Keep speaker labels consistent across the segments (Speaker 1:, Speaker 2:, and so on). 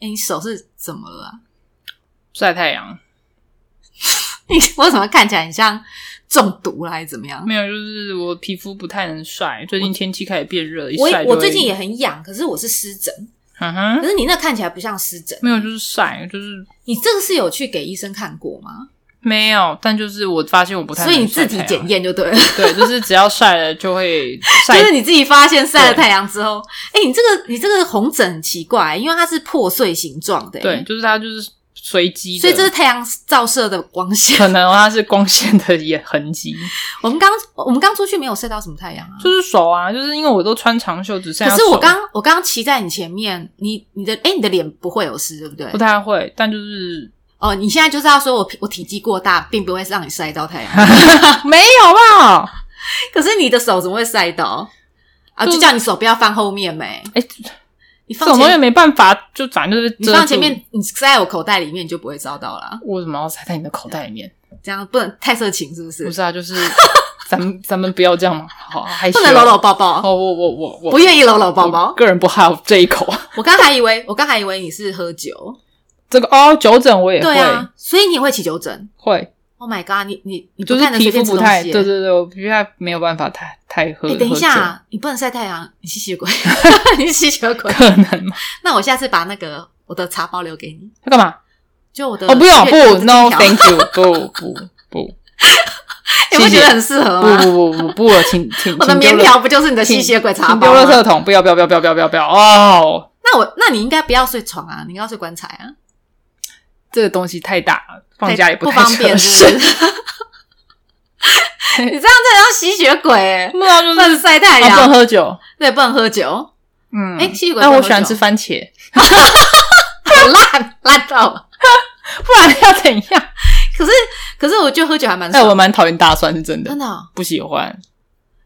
Speaker 1: 哎，你手是怎么了、啊？
Speaker 2: 晒太阳
Speaker 1: 你我怎么看起来很像中毒了，还是怎么样？
Speaker 2: 没有，就是我皮肤不太能晒，最近天气开始变热，一
Speaker 1: 我
Speaker 2: 晒就
Speaker 1: 我
Speaker 2: 会
Speaker 1: 最近也，很痒，可是我是湿疹，
Speaker 2: 嗯哼
Speaker 1: 可，是你那看起来不像湿疹。
Speaker 2: 没有，就是晒，就是
Speaker 1: 你这个是有去给医生看过吗？
Speaker 2: 没有，但就是我发现我不太
Speaker 1: 所
Speaker 2: 能
Speaker 1: 以你
Speaker 2: 晒
Speaker 1: 自
Speaker 2: 太
Speaker 1: 己
Speaker 2: 阳，
Speaker 1: 检验就对了，
Speaker 2: 对，就是只要晒了就会 晒
Speaker 1: 就是你自己发现晒了太阳之后，哎、你这个你这个红疹很奇怪，因为它是破碎形状的、欸
Speaker 2: 对，，就是它就是随机的，
Speaker 1: 所以这是太阳照射的光线。
Speaker 2: 可能它是光线的也痕迹，
Speaker 1: 我们刚我们刚出去没有晒到什么太阳啊，
Speaker 2: 就是手啊，就是因为我都穿长袖，只剩
Speaker 1: 可
Speaker 2: 下
Speaker 1: 是我
Speaker 2: 手
Speaker 1: 刚我刚骑在你前面，你你的哎、你的脸不会有事对不对
Speaker 2: 不？太会，但就是
Speaker 1: 哦，你现在就是要说我我体积过大，并不会让你晒到太阳， 啊
Speaker 2: 没有吧？
Speaker 1: 可是你的手怎么会晒到？啊，
Speaker 2: 就
Speaker 1: 就叫你手不要放后面没，
Speaker 2: 哎、
Speaker 1: 你
Speaker 2: 这
Speaker 1: 放
Speaker 2: 种东西
Speaker 1: 前
Speaker 2: 没办法，就反正就是
Speaker 1: 你
Speaker 2: 遮
Speaker 1: 放
Speaker 2: 住
Speaker 1: 前面，你塞在我口袋里面，你就不会遭到啦。
Speaker 2: 我为什么要塞在你的口袋里面？
Speaker 1: 这样不能太色情，是不是？
Speaker 2: 不是啊，就是咱们咱们不要这样嘛，好害羞，
Speaker 1: 不能搂搂。抱抱，
Speaker 2: 哦，我我我我
Speaker 1: 不愿意搂搂抱
Speaker 2: 我
Speaker 1: 抱。
Speaker 2: 个人不好这一口。
Speaker 1: 我刚还以为我刚还以为你是喝酒，
Speaker 2: 这个哦，酒疹我也会、
Speaker 1: 对啊，所以你也会起酒疹。
Speaker 2: 会，
Speaker 1: Oh my god！你你你
Speaker 2: 就
Speaker 1: 看得
Speaker 2: 是皮
Speaker 1: 随
Speaker 2: 肤
Speaker 1: 便
Speaker 2: 不
Speaker 1: 吃
Speaker 2: 太
Speaker 1: 东西
Speaker 2: 对
Speaker 1: 耶
Speaker 2: 对对，我皮肤太没有办法太太喝。
Speaker 1: 哎、等一下
Speaker 2: 喝酒，
Speaker 1: 啊，你不能晒太阳，你吸血鬼， 你是吸血 鬼。
Speaker 2: 可能吗？
Speaker 1: 那我下次把那个我的茶包留给你，
Speaker 2: 要干嘛？
Speaker 1: 就我的
Speaker 2: 哦，不用
Speaker 1: 月
Speaker 2: 不
Speaker 1: 我的金条
Speaker 2: ，no，thank you，不不不
Speaker 1: 你不
Speaker 2: 谢谢
Speaker 1: 觉得很适合
Speaker 2: 不
Speaker 1: 吗？
Speaker 2: 不不不不了，请请
Speaker 1: 我的
Speaker 2: 请丢
Speaker 1: 棉
Speaker 2: 了
Speaker 1: 条不就是你的
Speaker 2: 请
Speaker 1: 吸血鬼茶
Speaker 2: 请
Speaker 1: 包
Speaker 2: 丢垃
Speaker 1: 吗？
Speaker 2: 圾桶，不要不要不要不要不要不要不要哦，
Speaker 1: 那我那你应该不要睡床啊，你应该要睡棺材啊，
Speaker 2: 这个东西太大了，放
Speaker 1: 太
Speaker 2: 家也
Speaker 1: 不
Speaker 2: 太
Speaker 1: 方
Speaker 2: 合
Speaker 1: 便，
Speaker 2: 适
Speaker 1: 是。不是？ 你这样真的要吸血鬼、欸，
Speaker 2: 不然就
Speaker 1: 不
Speaker 2: 是
Speaker 1: 能晒太
Speaker 2: 啊，不能
Speaker 1: 阳，
Speaker 2: 喝酒。
Speaker 1: 对，不能喝酒。
Speaker 2: 嗯，
Speaker 1: 哎、吸血鬼
Speaker 2: 那
Speaker 1: 不能
Speaker 2: 我
Speaker 1: 喝
Speaker 2: 喜欢
Speaker 1: 酒
Speaker 2: 吃番茄，
Speaker 1: 很 烂烂到了。
Speaker 2: 不然 要怎 样？
Speaker 1: 可是可是我觉得喝酒还蛮
Speaker 2: 哎，
Speaker 1: 爽
Speaker 2: 我
Speaker 1: 的，
Speaker 2: 蛮讨厌大蒜，是真的
Speaker 1: 真，的哦、
Speaker 2: 不喜欢。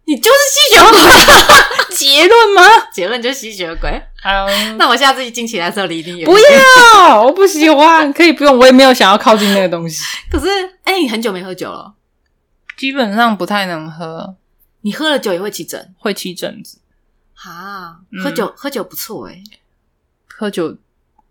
Speaker 1: 你就是吸血 鬼，
Speaker 2: 嗯结论吗？
Speaker 1: 结论就是吸血鬼。
Speaker 2: 嗯，
Speaker 1: 那我下次惊奇来的时候离你远一点。
Speaker 2: 不要，我不喜欢，可以不用，我也没有想要靠近那个东西。
Speaker 1: 可是，哎、你很久没喝酒了，
Speaker 2: 基本上不太能喝，
Speaker 1: 你喝了酒也会起疹
Speaker 2: 会起疹子。
Speaker 1: 啊？
Speaker 2: 嗯
Speaker 1: 喝酒、喝酒不错哎、
Speaker 2: 喝酒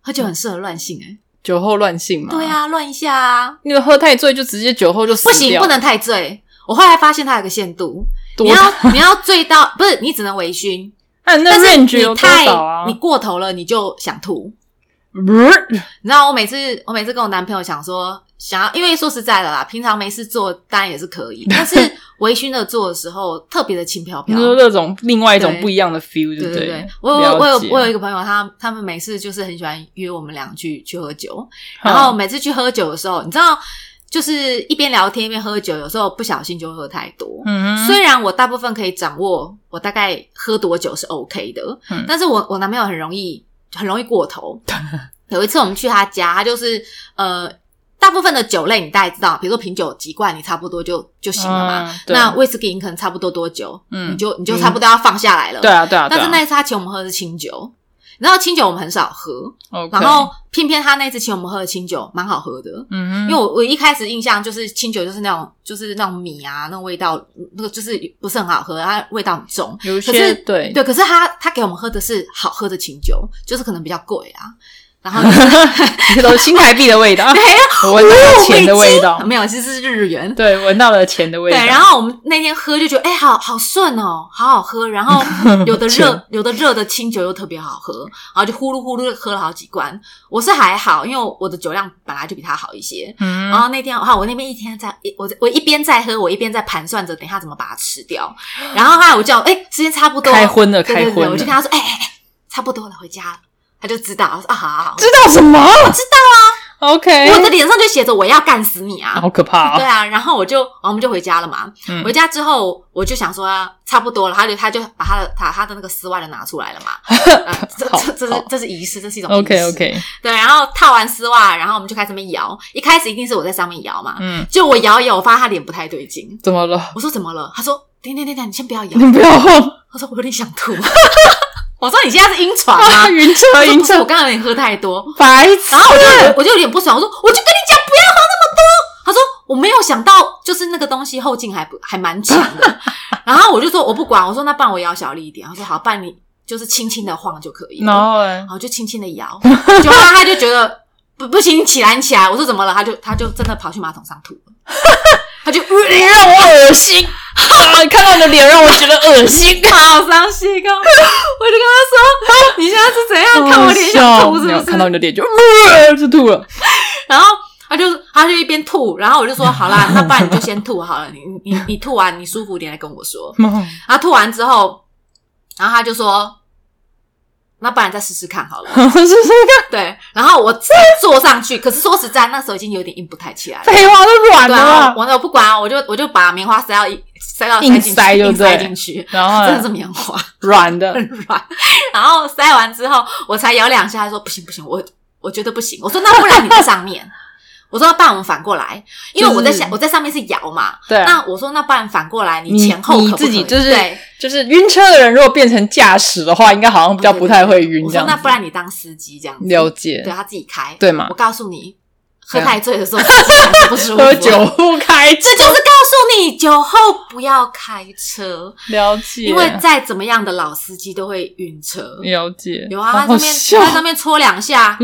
Speaker 1: 喝酒很适合乱性哎、
Speaker 2: 酒后乱性嘛？
Speaker 1: 对，啊，乱一下啊，
Speaker 2: 你喝太醉就直接酒后嗯就死
Speaker 1: 不行，
Speaker 2: 掉
Speaker 1: 不能太醉。我后来发现它有个限度，
Speaker 2: 多
Speaker 1: 你要你要醉到不是，你只能微醺，
Speaker 2: 啊那你那
Speaker 1: 但是
Speaker 2: range 有
Speaker 1: 你
Speaker 2: 多
Speaker 1: 太、
Speaker 2: 少啊
Speaker 1: 你？过头了，你就想吐。你知道我每次我每次跟我男朋友想说，想要因为说实在的啦，平常没事做当然也是可 以，但是微醺的做的时候特别的轻飘
Speaker 2: 你
Speaker 1: 飘。
Speaker 2: 说那种另外一种
Speaker 1: 对
Speaker 2: 不一样的 feel，
Speaker 1: 对
Speaker 2: 不
Speaker 1: 对
Speaker 2: 对
Speaker 1: 对，我有我有
Speaker 2: 了解
Speaker 1: 我有一个朋友，他他们每次就是很喜欢约我们俩去去喝酒，
Speaker 2: 嗯
Speaker 1: 然后每次去喝酒的时候，你知道，就是一边聊天一边喝酒，有时候不小心就会喝太多。
Speaker 2: 嗯哼，
Speaker 1: 虽然我大部分可以掌握我大概喝多久是 OK 的，
Speaker 2: 嗯
Speaker 1: 但是我我男朋友很容易很容易过 头。有一次我们去他家，他就是呃，大部分的酒类你大概知道，比如说品酒几罐，你差不多就就行了嘛。
Speaker 2: 嗯对
Speaker 1: 那威士忌你可能差不多多久，
Speaker 2: 嗯
Speaker 1: 你就你就差不多要放下来了。
Speaker 2: 对啊对啊，
Speaker 1: 但是那
Speaker 2: 对啊
Speaker 1: 一次他请我们喝的是清酒，然后清酒我们很少喝，
Speaker 2: OK
Speaker 1: 然后偏偏他那一次请我们喝的清酒蛮好喝的。
Speaker 2: 嗯哼，
Speaker 1: 因为我我一开始印象就是清酒就是那种就是那种米啊，那种味道那个就是不是很好喝，它味道很重。
Speaker 2: 有一
Speaker 1: 可
Speaker 2: 些
Speaker 1: 是
Speaker 2: 对
Speaker 1: 对，可是他他给我们喝的是好喝的清酒，就是可能比较贵啊。然后就是
Speaker 2: 有新台币的味道，
Speaker 1: 没
Speaker 2: 我 闻到了钱的味道
Speaker 1: 有，没有，其实是日元。
Speaker 2: 对，闻到了钱的味道。
Speaker 1: 对，然后我们那天喝就觉得，哎、好好顺哦，好好喝。然 后有的
Speaker 2: 钱
Speaker 1: 热，有的热的清酒又特别好喝，然后就呼噜呼噜喝了好几罐。我是还好，因为我的酒量本来就比他好一些。
Speaker 2: 嗯
Speaker 1: 然后那天，哈，我那边一天在，一我我一边在喝，我一边在盘算着等一下怎么把它吃 掉。然后后来我叫，哎、时间差不多了，
Speaker 2: 开荤了，
Speaker 1: 对
Speaker 2: 开
Speaker 1: 对
Speaker 2: 荤
Speaker 1: 对，
Speaker 2: 了，
Speaker 1: 我就跟他说，哎、哎哎，差不多了，回家了。他就知道，我说啊，好好好，
Speaker 2: 知道什么？
Speaker 1: 知
Speaker 2: 道啊。OK，
Speaker 1: 我的脸上就写着我要干死你 啊
Speaker 2: 好。可怕
Speaker 1: 对
Speaker 2: 啊！
Speaker 1: 啊，然后我就，我们就回家了嘛。
Speaker 2: 嗯
Speaker 1: 回家之后，我就想说、啊、差不多了，他就他就把他的他他的那个丝袜就拿出来了 嘛。啊这
Speaker 2: 好
Speaker 1: 这这
Speaker 2: 好
Speaker 1: 是这是仪式，这是一种仪式
Speaker 2: OK OK，
Speaker 1: 对，然后套完丝袜，然后我们就开始那边摇。一开始一定是我在上面摇嘛，
Speaker 2: 嗯，
Speaker 1: 就我摇一摇，我发现他脸不太对劲。
Speaker 2: 怎么了？
Speaker 1: 我说怎么了？他说等等等等，你先不要摇
Speaker 2: 你。不要啊！
Speaker 1: 他说我有点想吐。 我说你现在是晕船吗？
Speaker 2: 晕
Speaker 1: 他
Speaker 2: 车
Speaker 1: 说
Speaker 2: 晕
Speaker 1: 不是，我
Speaker 2: 车，
Speaker 1: 刚刚有点喝太多，
Speaker 2: 白痴
Speaker 1: 然！后我就我就有点不爽，我说我就跟你讲不要喝那么多。他说我没有想到，就是那个东西后劲还不还蛮强的。然后我就说我不管，我说那不然我摇小力一点。他说好，不然你就是轻轻的晃就可以了，
Speaker 2: 然后嘞
Speaker 1: 然后就轻轻的摇，就后来他就觉得不不行，你起来你起来，我说怎么了？他就他就真的跑去马桶上吐了，他就
Speaker 2: 你让我恶心，啊！你看到你的脸让我觉得恶心。
Speaker 1: 好伤心哦！我就跟他说：“你现在是怎样 看我脸想吐是
Speaker 2: 没有
Speaker 1: 不
Speaker 2: 看到
Speaker 1: 是
Speaker 2: 你的脸就呃就吐了。？”
Speaker 1: 然后他就他就一边吐，然后我就说：“好啦，那不然你就先吐好了，你你你你吐完你舒服点来跟我说。”然后吐完之后，然后他就说：“那不然再试试看好了。
Speaker 2: 是是”
Speaker 1: 对，然后我再坐上去，可是说实在，那时候已经有点硬不太起来了。
Speaker 2: 废话都软
Speaker 1: 对
Speaker 2: 了
Speaker 1: 啊，
Speaker 2: 啦。
Speaker 1: 我我不管啊，我就我就把棉花塞到一塞到
Speaker 2: 硬
Speaker 1: 进
Speaker 2: 塞
Speaker 1: 去，
Speaker 2: 就
Speaker 1: 硬塞
Speaker 2: 对
Speaker 1: 进去，
Speaker 2: 然后
Speaker 1: 啊真的
Speaker 2: 嘞
Speaker 1: 是棉花。
Speaker 2: 软的，
Speaker 1: 很软， 然后塞完之后，我才摇两下，他说不行不行，我我觉得不行。我说那不然你在上面， 我说不然我们反过来，因为我在下、
Speaker 2: 就是
Speaker 1: 我在上面是摇嘛，
Speaker 2: 对，啊
Speaker 1: 那我说那不然反过来，
Speaker 2: 你
Speaker 1: 前后可不可以
Speaker 2: 你自己就是
Speaker 1: 对，
Speaker 2: 就是晕车的人如果变成驾驶的话，应该好像比较不太会晕
Speaker 1: 我说
Speaker 2: 这样
Speaker 1: 那
Speaker 2: 子。
Speaker 1: 不然你当司机这样子，
Speaker 2: 了解
Speaker 1: 对，他啊自己开，
Speaker 2: 对嘛
Speaker 1: 我告诉你，喝
Speaker 2: 对啊
Speaker 1: 太醉的时候真的不舒服，
Speaker 2: 喝酒。不开车
Speaker 1: 这，就是告诉你，酒后不要开车，
Speaker 2: 了解，
Speaker 1: 因为再怎么样的老司机都会晕车。
Speaker 2: 了解，
Speaker 1: 有啊，他在
Speaker 2: 好
Speaker 1: 上面
Speaker 2: 笑
Speaker 1: 他在上面戳两下，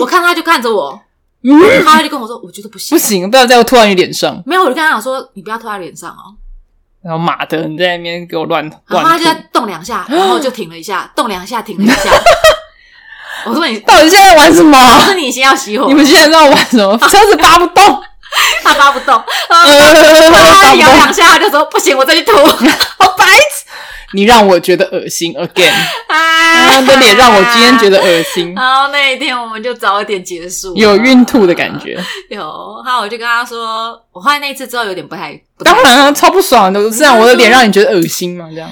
Speaker 1: 我看他就看着我，
Speaker 2: 嗯
Speaker 1: 他就跟我说，我觉得不行，啊
Speaker 2: 不。行，不要在我吐到你脸上。
Speaker 1: 没有，我就跟他讲说，你不要拖在脸上哦。
Speaker 2: 然后马的，你在那边给我乱
Speaker 1: 然啊后他
Speaker 2: 乱
Speaker 1: 就在
Speaker 2: 吐，
Speaker 1: 动两下，然后就停了一 下，动两下，停了一 下。我说你，
Speaker 2: 到底现在玩什么啊？
Speaker 1: 我说你先要熄火，
Speaker 2: 你们现在在玩什么？
Speaker 1: 啊
Speaker 2: 车子扒不动，
Speaker 1: 他扒不动，
Speaker 2: 呃，
Speaker 1: 他
Speaker 2: 扒不
Speaker 1: 摇
Speaker 2: 动
Speaker 1: 两，下，他就说不行，我再去吐。
Speaker 2: 好白痴！你让我觉得恶心 again，
Speaker 1: 哎
Speaker 2: 他的脸让我今 天觉得恶心，
Speaker 1: 然后那一天我们就早一点结束，
Speaker 2: 有孕吐的感。觉。
Speaker 1: 有，然后我就跟他说，我后来那一次之后有点不太，不太
Speaker 2: 当然啊，超不爽的，是让我的脸让你觉得恶心嘛？这样，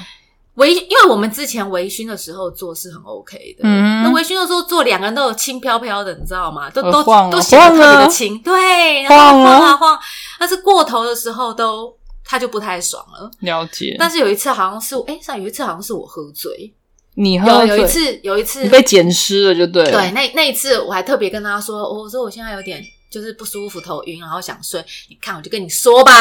Speaker 1: 微，因为我们之前微醺的时候做是很 OK 的，
Speaker 2: 嗯
Speaker 1: 那微醺的时候做，两个人都有轻飘飘的，你知道吗？都都
Speaker 2: 呃晃啊
Speaker 1: 都显得特别
Speaker 2: 晃
Speaker 1: 的
Speaker 2: 啊
Speaker 1: 轻，对，然后
Speaker 2: 晃啊
Speaker 1: 晃啊晃，但是过头的时候都他就不太爽了。
Speaker 2: 了解。
Speaker 1: 但是有一次好像是，哎、上有一次好像是我喝醉，
Speaker 2: 你喝
Speaker 1: 有
Speaker 2: 了
Speaker 1: 有
Speaker 2: 醉
Speaker 1: 一次有一次
Speaker 2: 你被捡尸了，就对了。
Speaker 1: 对，那那一次我还特别跟他说，哦我说我现在有点就是不舒服，头晕，然后想睡，你看我就跟你说吧，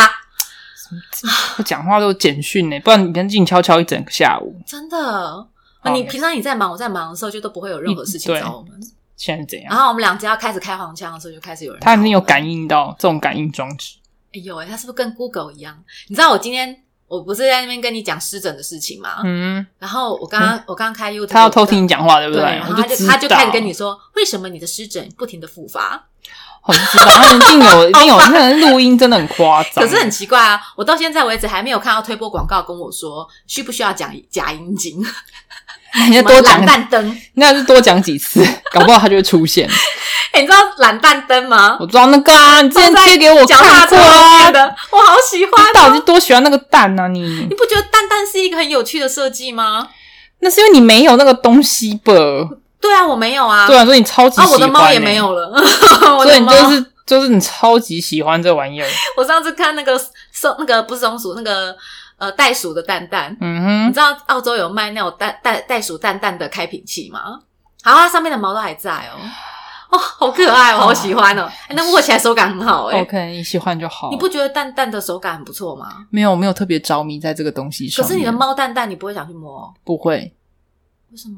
Speaker 2: 我讲话都有简讯呢，不然你跟静悄悄一整个下午。
Speaker 1: 真的。哦
Speaker 2: 好
Speaker 1: 你
Speaker 2: 没事
Speaker 1: 平常你在忙，我在忙的时候，就都不会有任何事情
Speaker 2: 对
Speaker 1: 找我们。
Speaker 2: 现在是怎样？
Speaker 1: 然后我们俩只要开始开黄腔的时候，就开始有人。
Speaker 2: 他一定有感。应到这种感应装置。
Speaker 1: 哎呦哎，他是不是跟 Google 一样？你知道我今天我不是在那边跟你讲湿疹的事情吗？
Speaker 2: 嗯，
Speaker 1: 然后我刚刚、我刚刚开 YouTube，
Speaker 2: 他要偷听你讲话，对
Speaker 1: 对
Speaker 2: 不对？
Speaker 1: 然后
Speaker 2: 我
Speaker 1: 他
Speaker 2: 知
Speaker 1: 就
Speaker 2: 道
Speaker 1: 他就开始跟你，说，为什么你的湿疹不停的复发？
Speaker 2: 哦我就知道，他一定 有，一定有，那个录音真的很夸张。
Speaker 1: 可是很奇怪啊，我到现在为止还没有看到推播广告跟我说需不需要讲假阴茎，
Speaker 2: 你
Speaker 1: 什
Speaker 2: 要
Speaker 1: 么
Speaker 2: 多讲
Speaker 1: 懒，蛋灯。
Speaker 2: 那是多讲几次， 搞不好他就会出现。
Speaker 1: 哎、你知道懒蛋灯吗？
Speaker 2: 我知道那个啊，你之前
Speaker 1: 放在
Speaker 2: 贴给我
Speaker 1: 脚踏
Speaker 2: 看
Speaker 1: 车
Speaker 2: 过
Speaker 1: 上
Speaker 2: 啊
Speaker 1: 面，的，我好喜欢
Speaker 2: 你到
Speaker 1: 哦、
Speaker 2: 底是多喜欢那个蛋啊你
Speaker 1: 你？不觉得蛋蛋是一个很有趣的设计吗？
Speaker 2: 那是因为你没有那个东西吧？
Speaker 1: 对啊，我没有啊。
Speaker 2: 对啊，所以你超级喜
Speaker 1: 啊，
Speaker 2: 欢欸。
Speaker 1: 我的猫也没有了， 我
Speaker 2: 所以
Speaker 1: 的
Speaker 2: 你
Speaker 1: 猫。
Speaker 2: 就是就是你超级喜欢这玩意儿，
Speaker 1: 我上次看那个松，那个不是松鼠，那个呃袋鼠的蛋蛋，你
Speaker 2: 嗯哼，
Speaker 1: 知道澳洲有卖那种蛋袋袋鼠蛋蛋的开瓶器吗？好，它上面的毛都还在哦，哦，好可爱哦，好喜欢哦，哎那握起来手感很好哎、
Speaker 2: ，OK，你喜欢就好。
Speaker 1: 你不觉得蛋蛋的手感很不错吗？
Speaker 2: 没有没有特别着迷在这个东西上
Speaker 1: 可是
Speaker 2: 面，
Speaker 1: 你的猫蛋蛋你不会想去摸哦，
Speaker 2: 不会，
Speaker 1: 为什么？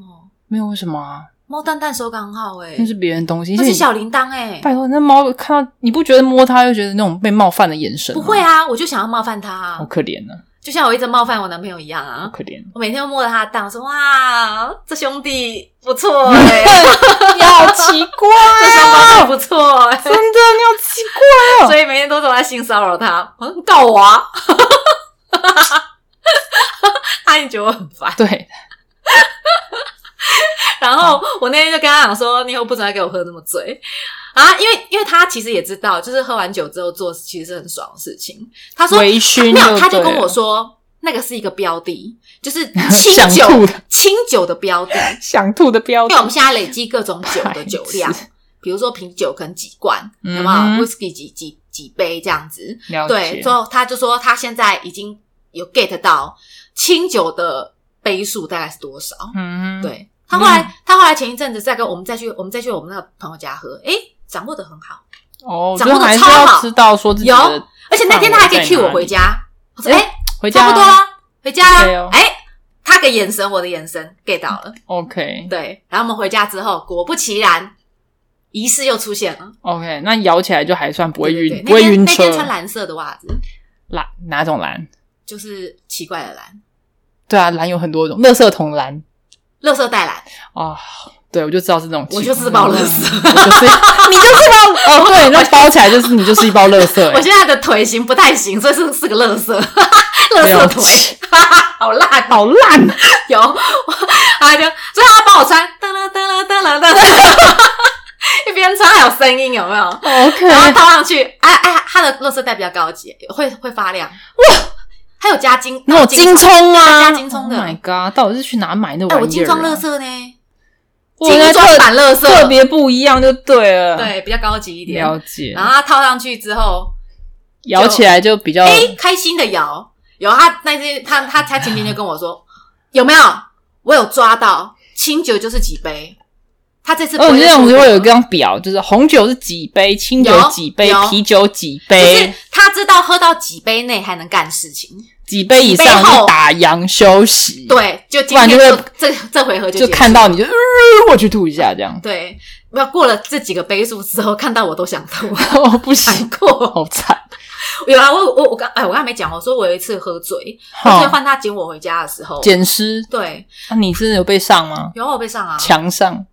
Speaker 2: 没有为什么啊？
Speaker 1: 猫蛋蛋手感很好哎、
Speaker 2: 那是别人的东西，
Speaker 1: 那
Speaker 2: 就是你
Speaker 1: 小铃铛哎，
Speaker 2: 拜托，那猫看到你不觉得摸它就觉得那种被冒犯的眼神？
Speaker 1: 不会，啊，我就想要冒犯它、啊
Speaker 2: 好，可怜呢，
Speaker 1: 就像我一直冒犯我男朋友一样啊
Speaker 2: 好。可
Speaker 1: ，
Speaker 2: 怜
Speaker 1: 我每天都摸着他的蛋，我说哇，这兄弟不错哎、 欸，
Speaker 2: 你好奇怪
Speaker 1: 这
Speaker 2: 啊，
Speaker 1: 双胞胎不错哎、
Speaker 2: 真的你好奇怪，
Speaker 1: 所以每天都都在性骚扰他，我说告我啊！ 他也觉得我很烦。
Speaker 2: 对，
Speaker 1: 然
Speaker 2: 哦
Speaker 1: 后我那天就跟他讲说，你以后不准再给我喝那么醉啊，因为因为他其实也知道，就是喝完酒之后做其实是很爽的事情。他说
Speaker 2: 微醺
Speaker 1: 没有，他
Speaker 2: 对
Speaker 1: 就
Speaker 2: 了
Speaker 1: 跟我说。那个是一个标的，就是清
Speaker 2: 想
Speaker 1: 酒
Speaker 2: 吐的
Speaker 1: 清酒的标的，
Speaker 2: 想吐的标
Speaker 1: 因
Speaker 2: 志
Speaker 1: 为我，们现在累积各种酒的酒量
Speaker 2: 白痴，
Speaker 1: 比如说啤酒可能几罐，
Speaker 2: 嗯
Speaker 1: 有没有？whisky 几几几杯这样子。
Speaker 2: 了
Speaker 1: 对，
Speaker 2: 解
Speaker 1: 之，后他就说他现在已经有 get 到清酒的杯数大概是多少。
Speaker 2: 嗯，，
Speaker 1: 对他后来，他后来前一阵子再跟我们再去，我们再去我们那个朋友家喝，诶，掌握的很好。
Speaker 2: 哦，
Speaker 1: 掌
Speaker 2: 就
Speaker 1: 握得
Speaker 2: 还是
Speaker 1: 超
Speaker 2: 要
Speaker 1: 好
Speaker 2: 知道说自己
Speaker 1: 有
Speaker 2: 的
Speaker 1: 而且那天他还可以
Speaker 2: 范围在
Speaker 1: cue 我
Speaker 2: 哪
Speaker 1: 回
Speaker 2: 里
Speaker 1: 家，我说诶，
Speaker 2: 回家
Speaker 1: 差不多
Speaker 2: 啊
Speaker 1: 啦，回家
Speaker 2: 对
Speaker 1: 啦
Speaker 2: 哦。
Speaker 1: 诶，他的眼神，我的眼神 get 到了。
Speaker 2: OK
Speaker 1: 对，然后我们回家之后，果不其然，仪式又出现了。
Speaker 2: OK，那摇起来就还算不会
Speaker 1: 对对
Speaker 2: 晕，
Speaker 1: 对
Speaker 2: 不会晕
Speaker 1: 那天那天穿
Speaker 2: 车。
Speaker 1: 蓝色的袜子，
Speaker 2: 蓝哪种蓝？
Speaker 1: 就是奇怪的蓝，
Speaker 2: 对啊，蓝有很多种，垃圾桶蓝
Speaker 1: 垃圾袋蓝，
Speaker 2: 啊、对，我就知道是这种情况。嗯
Speaker 1: 我就是包垃圾。
Speaker 2: 我就是你 就是包哦，对，那包起来就是你就是一包垃圾、
Speaker 1: 我
Speaker 2: 欸，
Speaker 1: 现在的腿型不太行，所以是是个垃圾， 垃
Speaker 2: 没有
Speaker 1: 圾腿， 好烂哦！
Speaker 2: 好烂啊！
Speaker 1: 有，他就所以他帮我穿，噔啦噔啦噔啦噔 啦，一边穿还有声音，有没有？
Speaker 2: OK，
Speaker 1: 然后套上去，哎哎，它的垃圾袋比较高级，会会发亮哇！还有加金，
Speaker 2: 那种金葱
Speaker 1: 加
Speaker 2: 啊，
Speaker 1: 金葱的
Speaker 2: Oh my god，到底是去哪买那
Speaker 1: 哎，
Speaker 2: 玩意儿、啊？
Speaker 1: 我金装垃圾呢，
Speaker 2: 我
Speaker 1: 金
Speaker 2: 应该
Speaker 1: 装
Speaker 2: 特
Speaker 1: 版垃圾，
Speaker 2: 特别不一样就对了。，
Speaker 1: 对，比较高级一点。
Speaker 2: 了解
Speaker 1: 然。后它套上去之后，
Speaker 2: 摇起来就比较
Speaker 1: 哎、开心的摇，有他那天他他他前天就跟我说，有没有？我有抓到清酒就是几杯，他这次不
Speaker 2: 哦，
Speaker 1: 会
Speaker 2: 那种
Speaker 1: 出
Speaker 2: 如果有一
Speaker 1: 国
Speaker 2: 张表，就是红酒是几杯，清酒
Speaker 1: 有
Speaker 2: 几杯
Speaker 1: 有，
Speaker 2: 啤酒几
Speaker 1: 就是
Speaker 2: 杯，
Speaker 1: 他知道喝到几杯内还能干事情，
Speaker 2: 几杯以
Speaker 1: 几
Speaker 2: 上
Speaker 1: 杯后
Speaker 2: 就打烊休息。，
Speaker 1: 对，就今
Speaker 2: 嗯不然
Speaker 1: 天
Speaker 2: 就会
Speaker 1: 这这回合就
Speaker 2: 就
Speaker 1: 结束
Speaker 2: 看到你就，呃我去吐一下这样。
Speaker 1: 对，不要过了这几个杯数之后，看到我都想吐，
Speaker 2: 哦， 不行，
Speaker 1: 难过。
Speaker 2: 好惨。
Speaker 1: 有啊，我我我刚哎，我刚才没讲，我说我有一次喝醉，喝醉
Speaker 2: 好，
Speaker 1: 换他接我回家的时候，
Speaker 2: 哦捡尸，
Speaker 1: 对，
Speaker 2: 那啊你真的有被上吗？
Speaker 1: 有我被上啊，
Speaker 2: 墙上？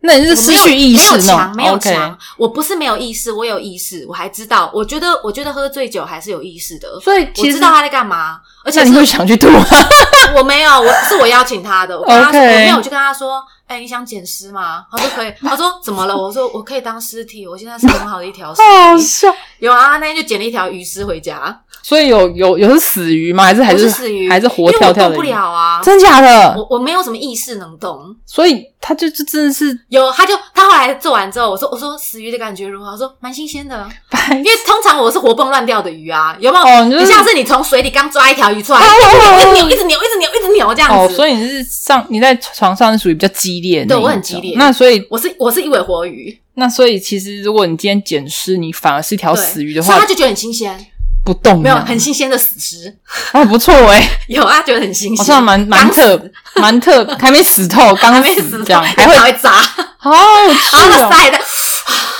Speaker 2: 那你是
Speaker 1: 我没
Speaker 2: 失
Speaker 1: 有
Speaker 2: 去意
Speaker 1: 没
Speaker 2: 识
Speaker 1: 有
Speaker 2: 那
Speaker 1: 强，没
Speaker 2: 种
Speaker 1: 有
Speaker 2: ？OK，
Speaker 1: 强。我不是没有意识，我有意识，我还知道。我觉得，我觉得喝醉酒还是有意识的。
Speaker 2: 所以
Speaker 1: 我
Speaker 2: 其
Speaker 1: 知
Speaker 2: 实
Speaker 1: 道他啊在干嘛，而且
Speaker 2: 那
Speaker 1: 是
Speaker 2: 你会想去吐吗？
Speaker 1: 我没有，我是我邀请他的。我跟他说
Speaker 2: OK
Speaker 1: 我没有，我就跟他说：“哎、你想捡尸吗？”他说：“可以。”他说：“怎么了？”我说：“我可以当尸体，我现在是很好的一条 尸体。
Speaker 2: 笑。”
Speaker 1: 有啊，他那天就捡了一条鱼尸回家，
Speaker 2: 所以有有有是死鱼吗？还是还
Speaker 1: 不
Speaker 2: 是
Speaker 1: 死鱼，
Speaker 2: 还是活跳
Speaker 1: 因为我
Speaker 2: 跳
Speaker 1: 动
Speaker 2: 的
Speaker 1: 不
Speaker 2: 鱼？
Speaker 1: 了啊。
Speaker 2: 真假的？
Speaker 1: 我我没有什么意识能动，
Speaker 2: 所以他就就真的是
Speaker 1: 有他就他后来做完之后，我说我说死鱼的感觉如何？他说蛮新鲜的，
Speaker 2: 白
Speaker 1: 因为通常我是活蹦乱跳的鱼啊，有没有？
Speaker 2: 哦你
Speaker 1: 你
Speaker 2: 就是
Speaker 1: 下次你从水里刚抓一条鱼出来，一直扭，一直
Speaker 2: 哦
Speaker 1: 扭，一直扭，一直扭这样子。
Speaker 2: 哦，所以你是上你在床上是属于比较激烈的那一种，
Speaker 1: 对我很激烈
Speaker 2: 那所以
Speaker 1: 我是我是一尾活鱼，
Speaker 2: 那所以其实如果你今天捡尸，你反而是一条
Speaker 1: 对，
Speaker 2: 哦死鱼的嗯
Speaker 1: 所以
Speaker 2: 话
Speaker 1: 他，就觉得很新鲜，
Speaker 2: 不动
Speaker 1: 没有
Speaker 2: 了
Speaker 1: 很新鲜的死尸，
Speaker 2: 啊，不错 哎、
Speaker 1: 有啊，觉得很新鲜，
Speaker 2: 好像蛮蛮
Speaker 1: 刚死
Speaker 2: 特蛮特，还没死透，刚
Speaker 1: 还没死
Speaker 2: 死这样，还
Speaker 1: 还
Speaker 2: 会
Speaker 1: 会扎，
Speaker 2: 好有
Speaker 1: 然后
Speaker 2: 趣
Speaker 1: 他
Speaker 2: 哦，
Speaker 1: 塞的，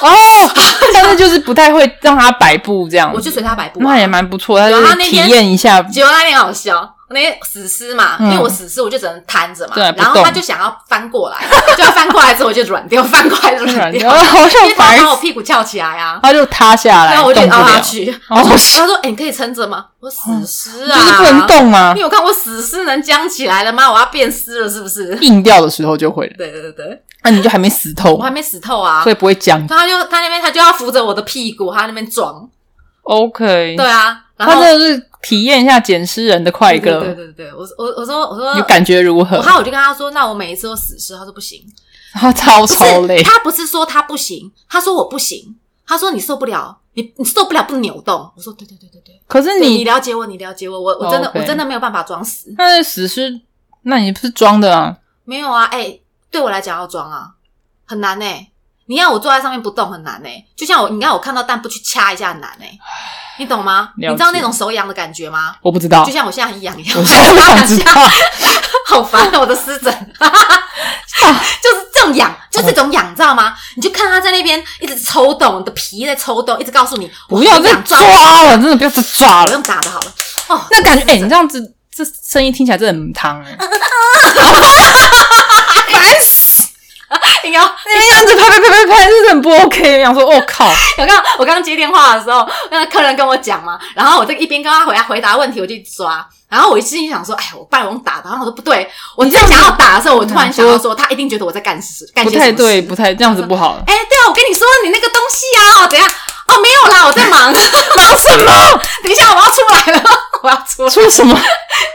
Speaker 2: 哦，但是就是不太会让他摆布这样 子，
Speaker 1: 我就随他摆布啊。
Speaker 2: 那也蛮不错，他
Speaker 1: 有
Speaker 2: 就
Speaker 1: 啊
Speaker 2: 是
Speaker 1: 那
Speaker 2: 体
Speaker 1: 天
Speaker 2: 验一下
Speaker 1: 结果那天好笑，那天死尸嘛，
Speaker 2: 嗯
Speaker 1: 因为我死尸我就只能瘫着嘛，
Speaker 2: 对啊不
Speaker 1: 然后
Speaker 2: 动
Speaker 1: 他就想要翻过来， 就要翻过来之后我就软掉，翻过来就 软掉，
Speaker 2: 哦好像
Speaker 1: 因为他
Speaker 2: 白
Speaker 1: 把我屁股翘起来啊。
Speaker 2: 他就塌下来，
Speaker 1: 然后我就
Speaker 2: 动不
Speaker 1: 凹下
Speaker 2: 了，
Speaker 1: 去，
Speaker 2: 哦
Speaker 1: 他
Speaker 2: 是
Speaker 1: 说：“哎、你可以撑着吗？”我死尸啊，
Speaker 2: 就是不能。动啊
Speaker 1: 你，有看我死尸能僵起来了吗？我要变尸了是不 是？
Speaker 2: 硬掉的时候就会了，
Speaker 1: 对对对对，
Speaker 2: 那你就还没死 透
Speaker 1: 我，还没死透啊。
Speaker 2: 所以不会僵。
Speaker 1: 他就他那边他就要扶着我的屁股，他那边撞。
Speaker 2: OK，
Speaker 1: 对啊，然
Speaker 2: 嗯他
Speaker 1: 后
Speaker 2: 这是体验一下捡尸人的快
Speaker 1: 对对
Speaker 2: 乐，
Speaker 1: 对对，我我我说我说
Speaker 2: 你，感觉如何
Speaker 1: 我？ 看我就跟他说，那我每一次都死尸，他说不行，
Speaker 2: 他超
Speaker 1: 不
Speaker 2: 超累
Speaker 1: 是，他不是说他不行，他说我不行，他说你受不了，你你受不了不扭动。我说对对对对对，
Speaker 2: 可是
Speaker 1: 对你
Speaker 2: 你
Speaker 1: 了解我，你了解我，我我真的、
Speaker 2: 哦，OK
Speaker 1: 我真的没有办法装死。
Speaker 2: 那死尸，那你不是装的啊？
Speaker 1: 没有啊，哎、对我来讲要装啊，很难哎、你要我坐在上面不动很难哎、就像我，
Speaker 2: 嗯
Speaker 1: 你让我看到蛋不去掐一下很难哎、你懂吗？你
Speaker 2: 了解
Speaker 1: 知道那种手痒的感觉吗？
Speaker 2: 我不知道
Speaker 1: 就，像我现在很痒一样，
Speaker 2: 我现在不想知道，
Speaker 1: 好烦哦，我的湿疹， 就是这种痒，就是这种痒，知道
Speaker 2: 哦
Speaker 1: 吗？你就看他在那边一直抽动，你的皮在抽动，一直告诉你
Speaker 2: 不要再
Speaker 1: 再
Speaker 2: 抓啊了，真的不要再抓
Speaker 1: 我
Speaker 2: 了。
Speaker 1: 用打的好了。哦，
Speaker 2: 那感觉，哎，你这样子，这声音听起来真的很汤哎， 烦 死！哎
Speaker 1: 你要
Speaker 2: 那样子拍拍拍拍拍，是很不 OK。想说，我 靠，
Speaker 1: 我刚我刚接电话的时候，那个客人跟我讲嘛，然后我这一边跟他回答回答问题，我就一直抓。然后我心里想说，哎呀，我不然我用打的。然后我说不对，我在想要打的时候，我突然想到说，他一定觉得我在干事，干
Speaker 2: 嗯不
Speaker 1: 些什
Speaker 2: 太
Speaker 1: 么
Speaker 2: 对，
Speaker 1: 事
Speaker 2: 不太这样子不好。
Speaker 1: 哎，对啊，我跟你说，你那个东西啊，哦，怎样？哦，没有啦，我在忙。
Speaker 2: 忙什么？
Speaker 1: 等一下，我要出来了，我要出来，
Speaker 2: 出什 么？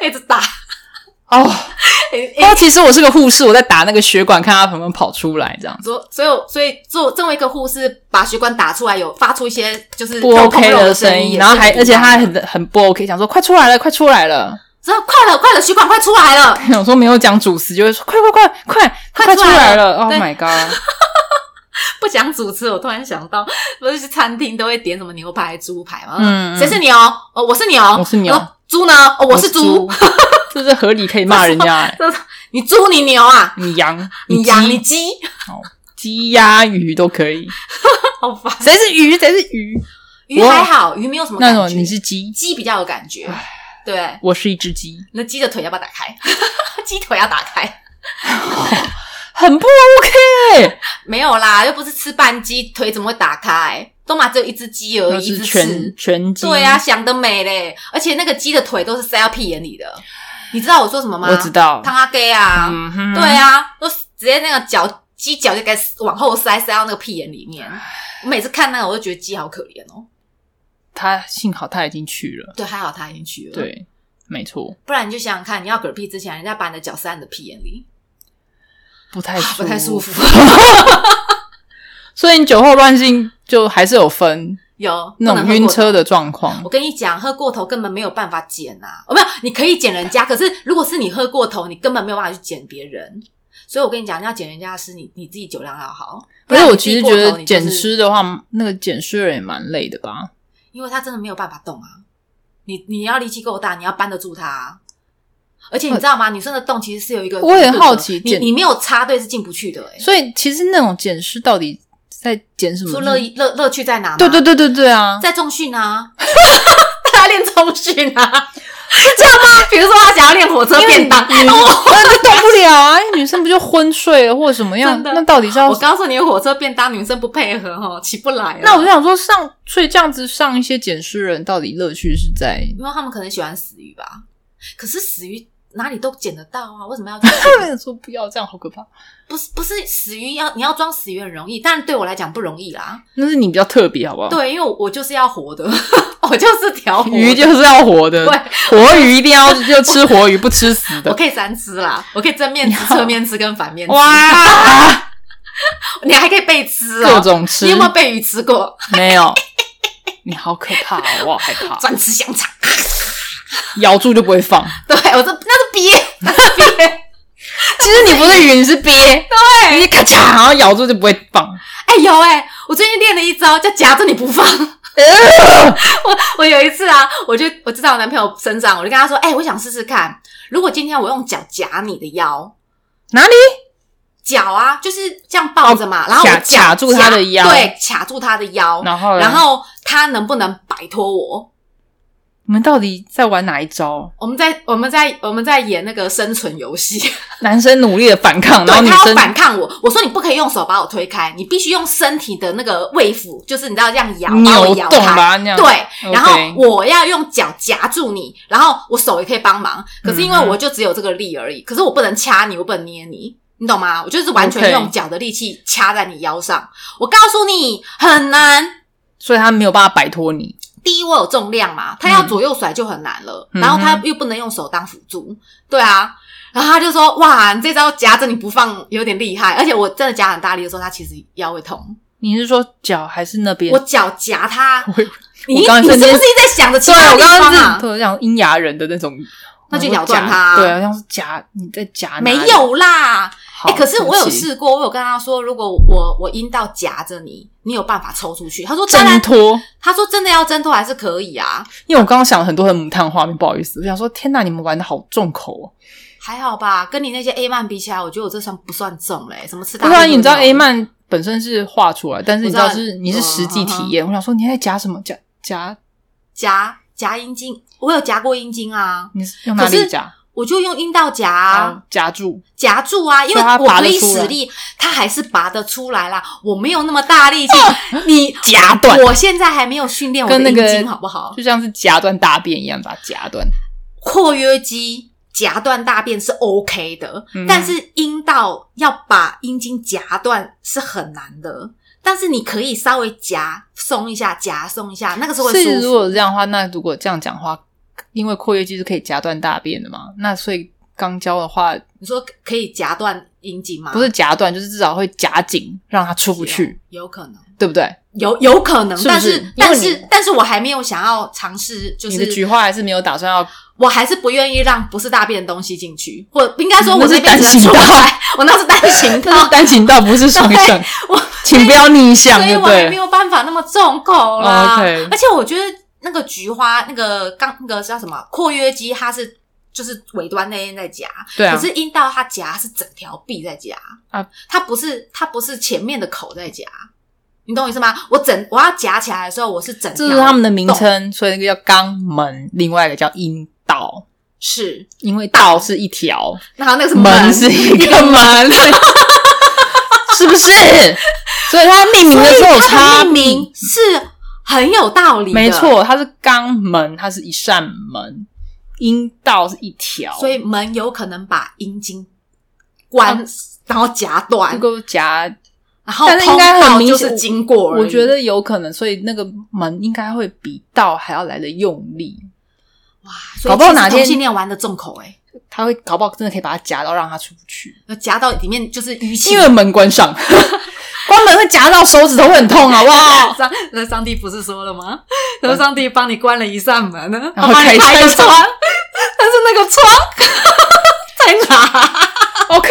Speaker 1: 一直打。
Speaker 2: 哦，
Speaker 1: 哎哎
Speaker 2: 那其实我是个护士，我在打那个血管，看它能不能跑出来，这样
Speaker 1: 所所以我所以做作为一个护士，把血管打出来，有发出一些就是
Speaker 2: 不
Speaker 1: 肉
Speaker 2: OK
Speaker 1: 碰肉
Speaker 2: 的
Speaker 1: 的
Speaker 2: 声
Speaker 1: 音
Speaker 2: 音，
Speaker 1: 也
Speaker 2: 然后
Speaker 1: 是
Speaker 2: 还
Speaker 1: 不
Speaker 2: 而且
Speaker 1: 一样的
Speaker 2: 它很很不 OK，想说快出来了，快出来了，
Speaker 1: 说快了，快了，血管快出来了。
Speaker 2: 想说没有讲主食，就会说快快快快
Speaker 1: 快
Speaker 2: 出
Speaker 1: 出来
Speaker 2: 来了
Speaker 1: 了
Speaker 2: ，Oh
Speaker 1: 对
Speaker 2: my god！
Speaker 1: 不讲主持，我突然想到，不是去餐厅都会点什么牛排、猪排吗？
Speaker 2: 嗯嗯
Speaker 1: 谁是牛？哦，我是牛。
Speaker 2: 我是牛
Speaker 1: 哦。猪呢？哦，我是猪。，
Speaker 2: 这是合理可以骂人家、欸，
Speaker 1: 这是你猪你牛啊，
Speaker 2: 你羊、
Speaker 1: 你
Speaker 2: 鸡
Speaker 1: 羊你鸡，
Speaker 2: 鸡鸭鱼都可以，
Speaker 1: 好烦。
Speaker 2: 谁是鱼，谁是鱼？
Speaker 1: 鱼还好，鱼没有什么
Speaker 2: 那
Speaker 1: 感
Speaker 2: 种
Speaker 1: 觉，
Speaker 2: 你是鸡，
Speaker 1: 鸡比较有感觉。对，
Speaker 2: 我是一只鸡，
Speaker 1: 那鸡的腿要不要打开？ 鸡腿要打开？
Speaker 2: 很不 OK 欸。
Speaker 1: 没有啦，又不是吃半鸡，腿怎么会打开？都嘛只有一只鸡而
Speaker 2: 那
Speaker 1: 已，一
Speaker 2: 是
Speaker 1: 只
Speaker 2: 全
Speaker 1: 翅。
Speaker 2: 全鸡，
Speaker 1: 对啊，，想得美嘞！而且那个鸡的腿都是塞到屁眼里的，你知道我说什么吗？
Speaker 2: 我知，道。
Speaker 1: 汤阿给啊，
Speaker 2: 嗯哼，
Speaker 1: 对啊，都直接那个脚鸡脚就该往后塞，塞到那个屁眼里面。我每次看那个，我就觉得鸡好可怜哦。
Speaker 2: 他幸好他已经去了，
Speaker 1: 对，还好他已经去了。，
Speaker 2: 对，没错，
Speaker 1: 不然你就想想看，你要嗝屁之前，人家把你的脚塞你的屁眼 里，
Speaker 2: 不太
Speaker 1: 啊不太舒
Speaker 2: 服。
Speaker 1: 服。
Speaker 2: 所以你酒后乱性就还是有分
Speaker 1: 有
Speaker 2: 那种晕车。的状
Speaker 1: 不能喝过头
Speaker 2: 况
Speaker 1: 我，跟你讲，喝过头根本没有办法减啊！哦，没有，你可以减人 家，可是如果是你喝过头，你根本没有办法去减别人。所以我跟你讲，你要减人家的是你你自己酒量要好。
Speaker 2: 不是
Speaker 1: 然你
Speaker 2: 我
Speaker 1: 自己
Speaker 2: 其实
Speaker 1: 过
Speaker 2: 觉
Speaker 1: 头
Speaker 2: 得
Speaker 1: 你
Speaker 2: 捡
Speaker 1: 就是
Speaker 2: 尸的话，那个捡尸人也蛮累的吧？
Speaker 1: 因为他真的没有办法动啊。你你要力气够大，你要搬得住他、啊。而且你知道吗？女生的洞其实是有一个，
Speaker 2: 我也好奇
Speaker 1: 你
Speaker 2: 剪
Speaker 1: 你没有插队是进不去的、欸，
Speaker 2: 所以其实那种捡尸到底在捡什么？
Speaker 1: 说乐乐乐趣在哪吗？
Speaker 2: 对对对对对啊！
Speaker 1: 在重训 啊，他练重训啊，是这样吗？比如说他想要练火车
Speaker 2: 因为
Speaker 1: 便当，
Speaker 2: 女那就动不了啊！因为女生不就昏睡了或者什么样？
Speaker 1: 真的
Speaker 2: 那到底是要
Speaker 1: 我告诉你，火车便当女生不配合哦，起不来了。
Speaker 2: 那我就想说上，所以这样子上一些捡尸人，到底乐趣是在？
Speaker 1: 因为他们可能喜欢死鱼吧，可是死鱼哪里都捡得到啊，为什么要去捡？
Speaker 2: 说不要这样，好可怕。
Speaker 1: 不是不是死鱼要你要装死鱼很容易，但是对我来讲不容易啦。
Speaker 2: 那是你比较特别，好不好？，
Speaker 1: 对，因为我我就是要活的， 我就是条活的
Speaker 2: 鱼就是要活的，
Speaker 1: 对，
Speaker 2: 活鱼一定要就吃活鱼，不吃死
Speaker 1: 我
Speaker 2: 的。
Speaker 1: 可以三吃啦，我可以正面吃、
Speaker 2: 要
Speaker 1: 侧面吃跟反面吃，
Speaker 2: 哇，
Speaker 1: 你还可以被吃
Speaker 2: 各
Speaker 1: 哦。
Speaker 2: 种吃，
Speaker 1: 你有没有被鱼吃过？
Speaker 2: 没有？你好可怕哦，我好害 怕，
Speaker 1: 专吃香肠，
Speaker 2: 咬住就不会放。
Speaker 1: 对我这那是鳖，那是鳖。
Speaker 2: 其实你不是鱼，你是鳖，对，你咔嚓，然后咬住就不会放。
Speaker 1: 哎、有哎、我最近练了一招叫夹着你不 放。
Speaker 2: 呃
Speaker 1: 我我有一次啊，我就我知道我男朋友身上，我就跟他说，哎、我想试试看，如果今天我用脚夹你的腰，
Speaker 2: 哪里？哦
Speaker 1: 脚啊就是这样抱着嘛，然后我
Speaker 2: 卡
Speaker 1: 脚
Speaker 2: 卡住他的腰
Speaker 1: 夹对，卡住他的腰，
Speaker 2: 然后嘞，
Speaker 1: 然后他能不能摆脱我？
Speaker 2: 你们到底在玩哪一招？
Speaker 1: 我们在我们在我们在演那个生存游戏，
Speaker 2: 男生努力的反抗，然后
Speaker 1: 对
Speaker 2: 女
Speaker 1: 他要
Speaker 2: 生
Speaker 1: 反抗我，我说你不可以用手把我推开，你必须用身体的那个胃腹，就是你知道这样摇，把我
Speaker 2: 扭
Speaker 1: 摇
Speaker 2: 动
Speaker 1: 开。
Speaker 2: 吧，那样。
Speaker 1: 对，
Speaker 2: OK
Speaker 1: 然后我要用脚夹住你，然后我手也可以帮忙，可是因为
Speaker 2: 嗯哼
Speaker 1: 我就只有这个力而已，可是我不能掐你，我不能捏你，你懂吗？我就是完全
Speaker 2: OK
Speaker 1: 用脚的力气掐在你腰上。我告诉你很难，
Speaker 2: 所以他没有办法摆脱你。
Speaker 1: 第一，我有重量嘛，他要
Speaker 2: 嗯
Speaker 1: 左右甩就很难了，
Speaker 2: 嗯哼
Speaker 1: 然后他又不能用手当辅助，对啊，然后他就说：“哇，你这招夹着你不放有点厉害，而且我真的夹很大力的时候，他其实腰会痛，
Speaker 2: 你是说脚还是那边？
Speaker 1: 我脚夹他，
Speaker 2: 我以为
Speaker 1: 你
Speaker 2: 我
Speaker 1: 你
Speaker 2: 刚才
Speaker 1: 是不
Speaker 2: 瞬
Speaker 1: 是
Speaker 2: 间
Speaker 1: 一直在想着其
Speaker 2: 对
Speaker 1: 他
Speaker 2: 我
Speaker 1: 地
Speaker 2: 刚
Speaker 1: 方
Speaker 2: 刚
Speaker 1: 啊
Speaker 2: 是？对像阴阳人的那种，
Speaker 1: 那就
Speaker 2: 我说
Speaker 1: 咬断
Speaker 2: 夹
Speaker 1: 它
Speaker 2: 对，好像是夹你在夹哪
Speaker 1: 没
Speaker 2: 里。
Speaker 1: 有啦，
Speaker 2: 好
Speaker 1: 哎、可是我有，
Speaker 2: 对不起
Speaker 1: 试过，我有跟他说，如果我我阴道夹着你，你有办法抽出去？他说当
Speaker 2: 挣
Speaker 1: 然，
Speaker 2: 脱。
Speaker 1: 他说真的要挣脱还是可以啊，
Speaker 2: 因为我刚刚想了很多很母汤画面，不好意思，我想说，天哪，你们玩的好重口哦、
Speaker 1: 还好吧，跟你那些 A 曼比起来，我觉得我这算不算重嘞、什么吃大
Speaker 2: 不然
Speaker 1: 便
Speaker 2: 啊你知道
Speaker 1: 都没有
Speaker 2: A 曼本身是画出来，但是你知道是你是实际体
Speaker 1: 嗯
Speaker 2: 验。我想说你在夹什么夹夹？
Speaker 1: 夹夹阴茎，我有夹过阴茎啊，
Speaker 2: 你是用哪里夹？
Speaker 1: 我就用阴道夹、啊、
Speaker 2: 哦夹住。
Speaker 1: 夹住啊，因为
Speaker 2: 所以它
Speaker 1: 我
Speaker 2: 拔得
Speaker 1: 可以
Speaker 2: 出来
Speaker 1: 使力，它还是拔得出来啦。我没有那么大力气，你
Speaker 2: 哦夹断
Speaker 1: 我现在还没有训练我的
Speaker 2: 跟那
Speaker 1: 阴
Speaker 2: 个
Speaker 1: 茎，好不好？
Speaker 2: 就像是夹断大便一样，把它夹断。
Speaker 1: 括约肌夹断大便是 OK 的，
Speaker 2: 嗯
Speaker 1: 但是阴道要把阴茎夹断是很难的。但是你可以稍微夹松一下，夹松一下，那个时候
Speaker 2: 所
Speaker 1: 会舒
Speaker 2: 以
Speaker 1: 服。
Speaker 2: 如果这样的话，那如果这样讲的话，因为括约肌是可以夹断大便的嘛，那所以肛交的话
Speaker 1: 你说可以夹断阴茎吗？
Speaker 2: 不是夹断，就是至少会夹紧，让它出不去，
Speaker 1: 有，有可能。
Speaker 2: 对不对？
Speaker 1: 有有可能，
Speaker 2: 是不
Speaker 1: 但
Speaker 2: 是
Speaker 1: 是但
Speaker 2: 因为
Speaker 1: 是
Speaker 2: 你
Speaker 1: 但是我还没有想要尝试，就
Speaker 2: 你的
Speaker 1: 是
Speaker 2: 菊花还是没有打 算要
Speaker 1: 我还是不愿意让不是大便的东西进去，或应该说我
Speaker 2: 嗯那是
Speaker 1: 这边只
Speaker 2: 单
Speaker 1: 能
Speaker 2: 行
Speaker 1: 出
Speaker 2: 道
Speaker 1: 来， 我那是单行
Speaker 2: 那是
Speaker 1: 道，
Speaker 2: 单行道，不是双向
Speaker 1: 对，我
Speaker 2: 请不要逆向，
Speaker 1: 所以
Speaker 2: 对不
Speaker 1: 我还没
Speaker 2: 对？
Speaker 1: 有办法那么重口啦。
Speaker 2: 哦，OK
Speaker 1: 而且我觉得那个菊花那个刚那个叫什么括约肌，它是就是尾端那边在夹，
Speaker 2: 对啊
Speaker 1: 可是阴道它夹是整条壁在夹
Speaker 2: 啊，
Speaker 1: 它不是它不是前面的口在夹，你懂我意思吗？我整我要夹起来的时候，我是整条
Speaker 2: 这是他们的名
Speaker 1: 洞，
Speaker 2: 称，所以那个叫肛门，另外一个叫阴道，
Speaker 1: 是，
Speaker 2: 因为道是一条，
Speaker 1: 然后那个是
Speaker 2: 门是一个门， 是不是？所以它命名
Speaker 1: 所
Speaker 2: 的时候有
Speaker 1: 以它
Speaker 2: 差
Speaker 1: 的命
Speaker 2: 别。
Speaker 1: 名是很有道理的，
Speaker 2: 没。错，它是肛门，它是一扇门，阴道是一条，
Speaker 1: 所以门有可能把阴茎关，然后夹断
Speaker 2: 哦这，个夹，
Speaker 1: 然后
Speaker 2: 但是应
Speaker 1: 通
Speaker 2: 该很
Speaker 1: 道
Speaker 2: 明
Speaker 1: 就
Speaker 2: 显
Speaker 1: 是经过而已。
Speaker 2: 我觉得有可能，所以那个门应该会比道还要来的用力，
Speaker 1: 哇，所以
Speaker 2: 搞不好哪
Speaker 1: 其实
Speaker 2: 天
Speaker 1: 同性恋玩的重口哎、
Speaker 2: 它会搞不好真的可以把它夹到让它出不去，
Speaker 1: 欸，夹到里面就是淤青
Speaker 2: 因。为门关上， 关门会夹到手指头会很痛，好不 好？
Speaker 1: 上那上帝不是说了 吗？然后上帝帮你关了一扇门呢，
Speaker 2: 然后
Speaker 1: 帮你
Speaker 2: 开
Speaker 1: 开一个
Speaker 2: 一扇
Speaker 1: 窗，但是那个窗在哪？
Speaker 2: 我靠，